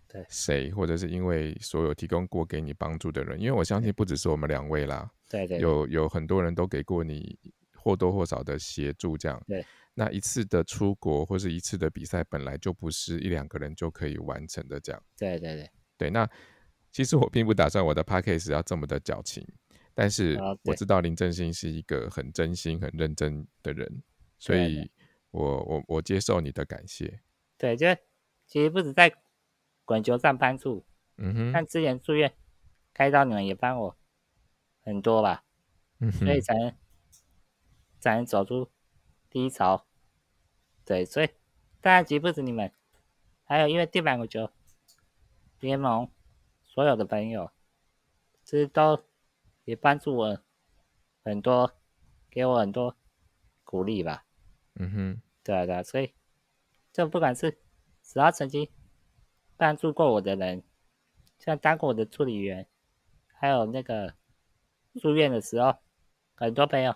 [SPEAKER 2] 对
[SPEAKER 1] 谁，或者是因为所有提供过给你帮助的人，因为我相信不只是我们两位啦，
[SPEAKER 2] 对对，
[SPEAKER 1] 有有很多人都给过你或多或少的协助，这样。
[SPEAKER 2] 对。
[SPEAKER 1] 那一次的出国或是一次的比赛，本来就不是一两个人就可以完成的，这样。
[SPEAKER 2] 对对对
[SPEAKER 1] 对，那其实我并不打算我的 p a c k a g e 要这么的矫情，但是
[SPEAKER 2] 啊
[SPEAKER 1] 我
[SPEAKER 2] 对
[SPEAKER 1] 知道林正兴是一个很真心、很认真的人，所
[SPEAKER 2] 对啊
[SPEAKER 1] 以我我我接受你的感谢。
[SPEAKER 2] 对，就其实不止在滚球上帮助，
[SPEAKER 1] 嗯哼，
[SPEAKER 2] 但之前住院开刀，你们也帮我很多吧。
[SPEAKER 1] 嗯
[SPEAKER 2] 所
[SPEAKER 1] 哼，
[SPEAKER 2] 以才能才能走出低潮。对，所以当然及不止你们，还有因为地板滚球联盟所有的朋友，其实都也帮助我很多，给我很多鼓励吧。
[SPEAKER 1] 嗯哼，
[SPEAKER 2] 对啊对啊，所以就不管是只要曾经帮助过我的人，像当过我的助理员，还有那个住院的时候，很多朋友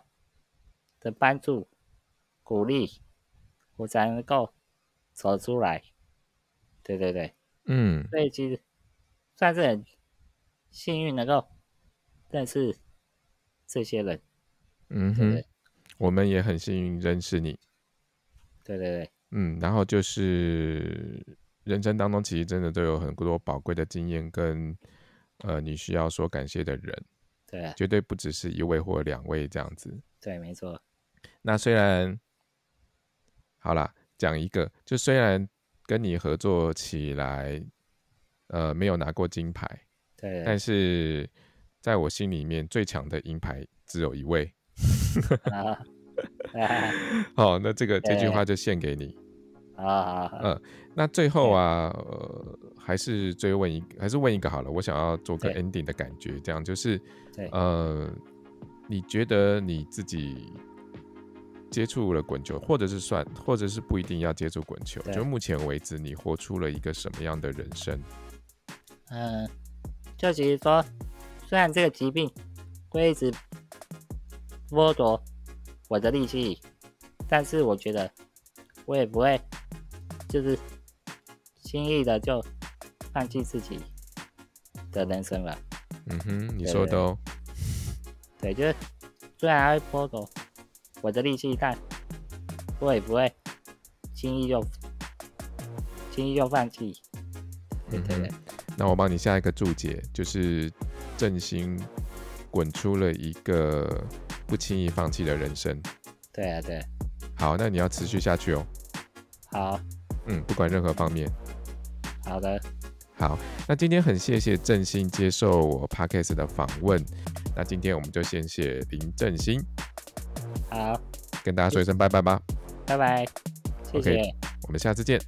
[SPEAKER 2] 的帮助、鼓励，我才能够走出来。对对对，
[SPEAKER 1] 嗯
[SPEAKER 2] 所以其实算是很幸运能够认识这些人。
[SPEAKER 1] 嗯
[SPEAKER 2] 对
[SPEAKER 1] 哼，我们也很幸运认识你。
[SPEAKER 2] 对对对，
[SPEAKER 1] 嗯，然后就是人生当中，其实真的都有很多宝贵的经验跟呃，你需要说感谢的人，
[SPEAKER 2] 对啊，
[SPEAKER 1] 绝对不只是一位或两位这样子。
[SPEAKER 2] 对，没错，
[SPEAKER 1] 那虽然好啦，讲一个，就虽然跟你合作起来，呃，没有拿过金牌，
[SPEAKER 2] 对对
[SPEAKER 1] 但是在我心里面最强的银牌只有一位。 [laughs]
[SPEAKER 2] 对，啊，啊
[SPEAKER 1] 好，那这个这句
[SPEAKER 2] 对
[SPEAKER 1] 话就献给你。
[SPEAKER 2] 好好好，
[SPEAKER 1] 嗯，那最后啊，呃，还是追问一，还是问一个好了。我想要做个
[SPEAKER 2] 对
[SPEAKER 1] ending 的感觉，这样就是，
[SPEAKER 2] 对
[SPEAKER 1] 呃，你觉得你自己接触了滚球，或者是算，或者是不一定要接触滚球，
[SPEAKER 2] 对
[SPEAKER 1] 就目前为止，你活出了一个什么样的人生？
[SPEAKER 2] 嗯，就其实说，虽然这个疾病会一直剥夺我的力气，但是我觉得我也不会就是轻易的就放弃自己的人生了。
[SPEAKER 1] 嗯哼，你说的哦，
[SPEAKER 2] 对，就是虽然它会剥夺我的力气，但我也不会轻易就轻易就放弃。对对对
[SPEAKER 1] 嗯，那我帮你下一个注解，就是振兴滚出了一个不轻易放弃的人生。
[SPEAKER 2] 对啊对啊，
[SPEAKER 1] 好，那你要持续下去哦。
[SPEAKER 2] 好
[SPEAKER 1] 嗯，不管任何方面。
[SPEAKER 2] 好的，
[SPEAKER 1] 好，那今天很谢谢振兴接受我 podcast 的访问。那今天我们就先谢林振兴，
[SPEAKER 2] 好，
[SPEAKER 1] 跟大家说一声拜拜吧。
[SPEAKER 2] 拜拜，谢谢。
[SPEAKER 1] OK 我们下次见，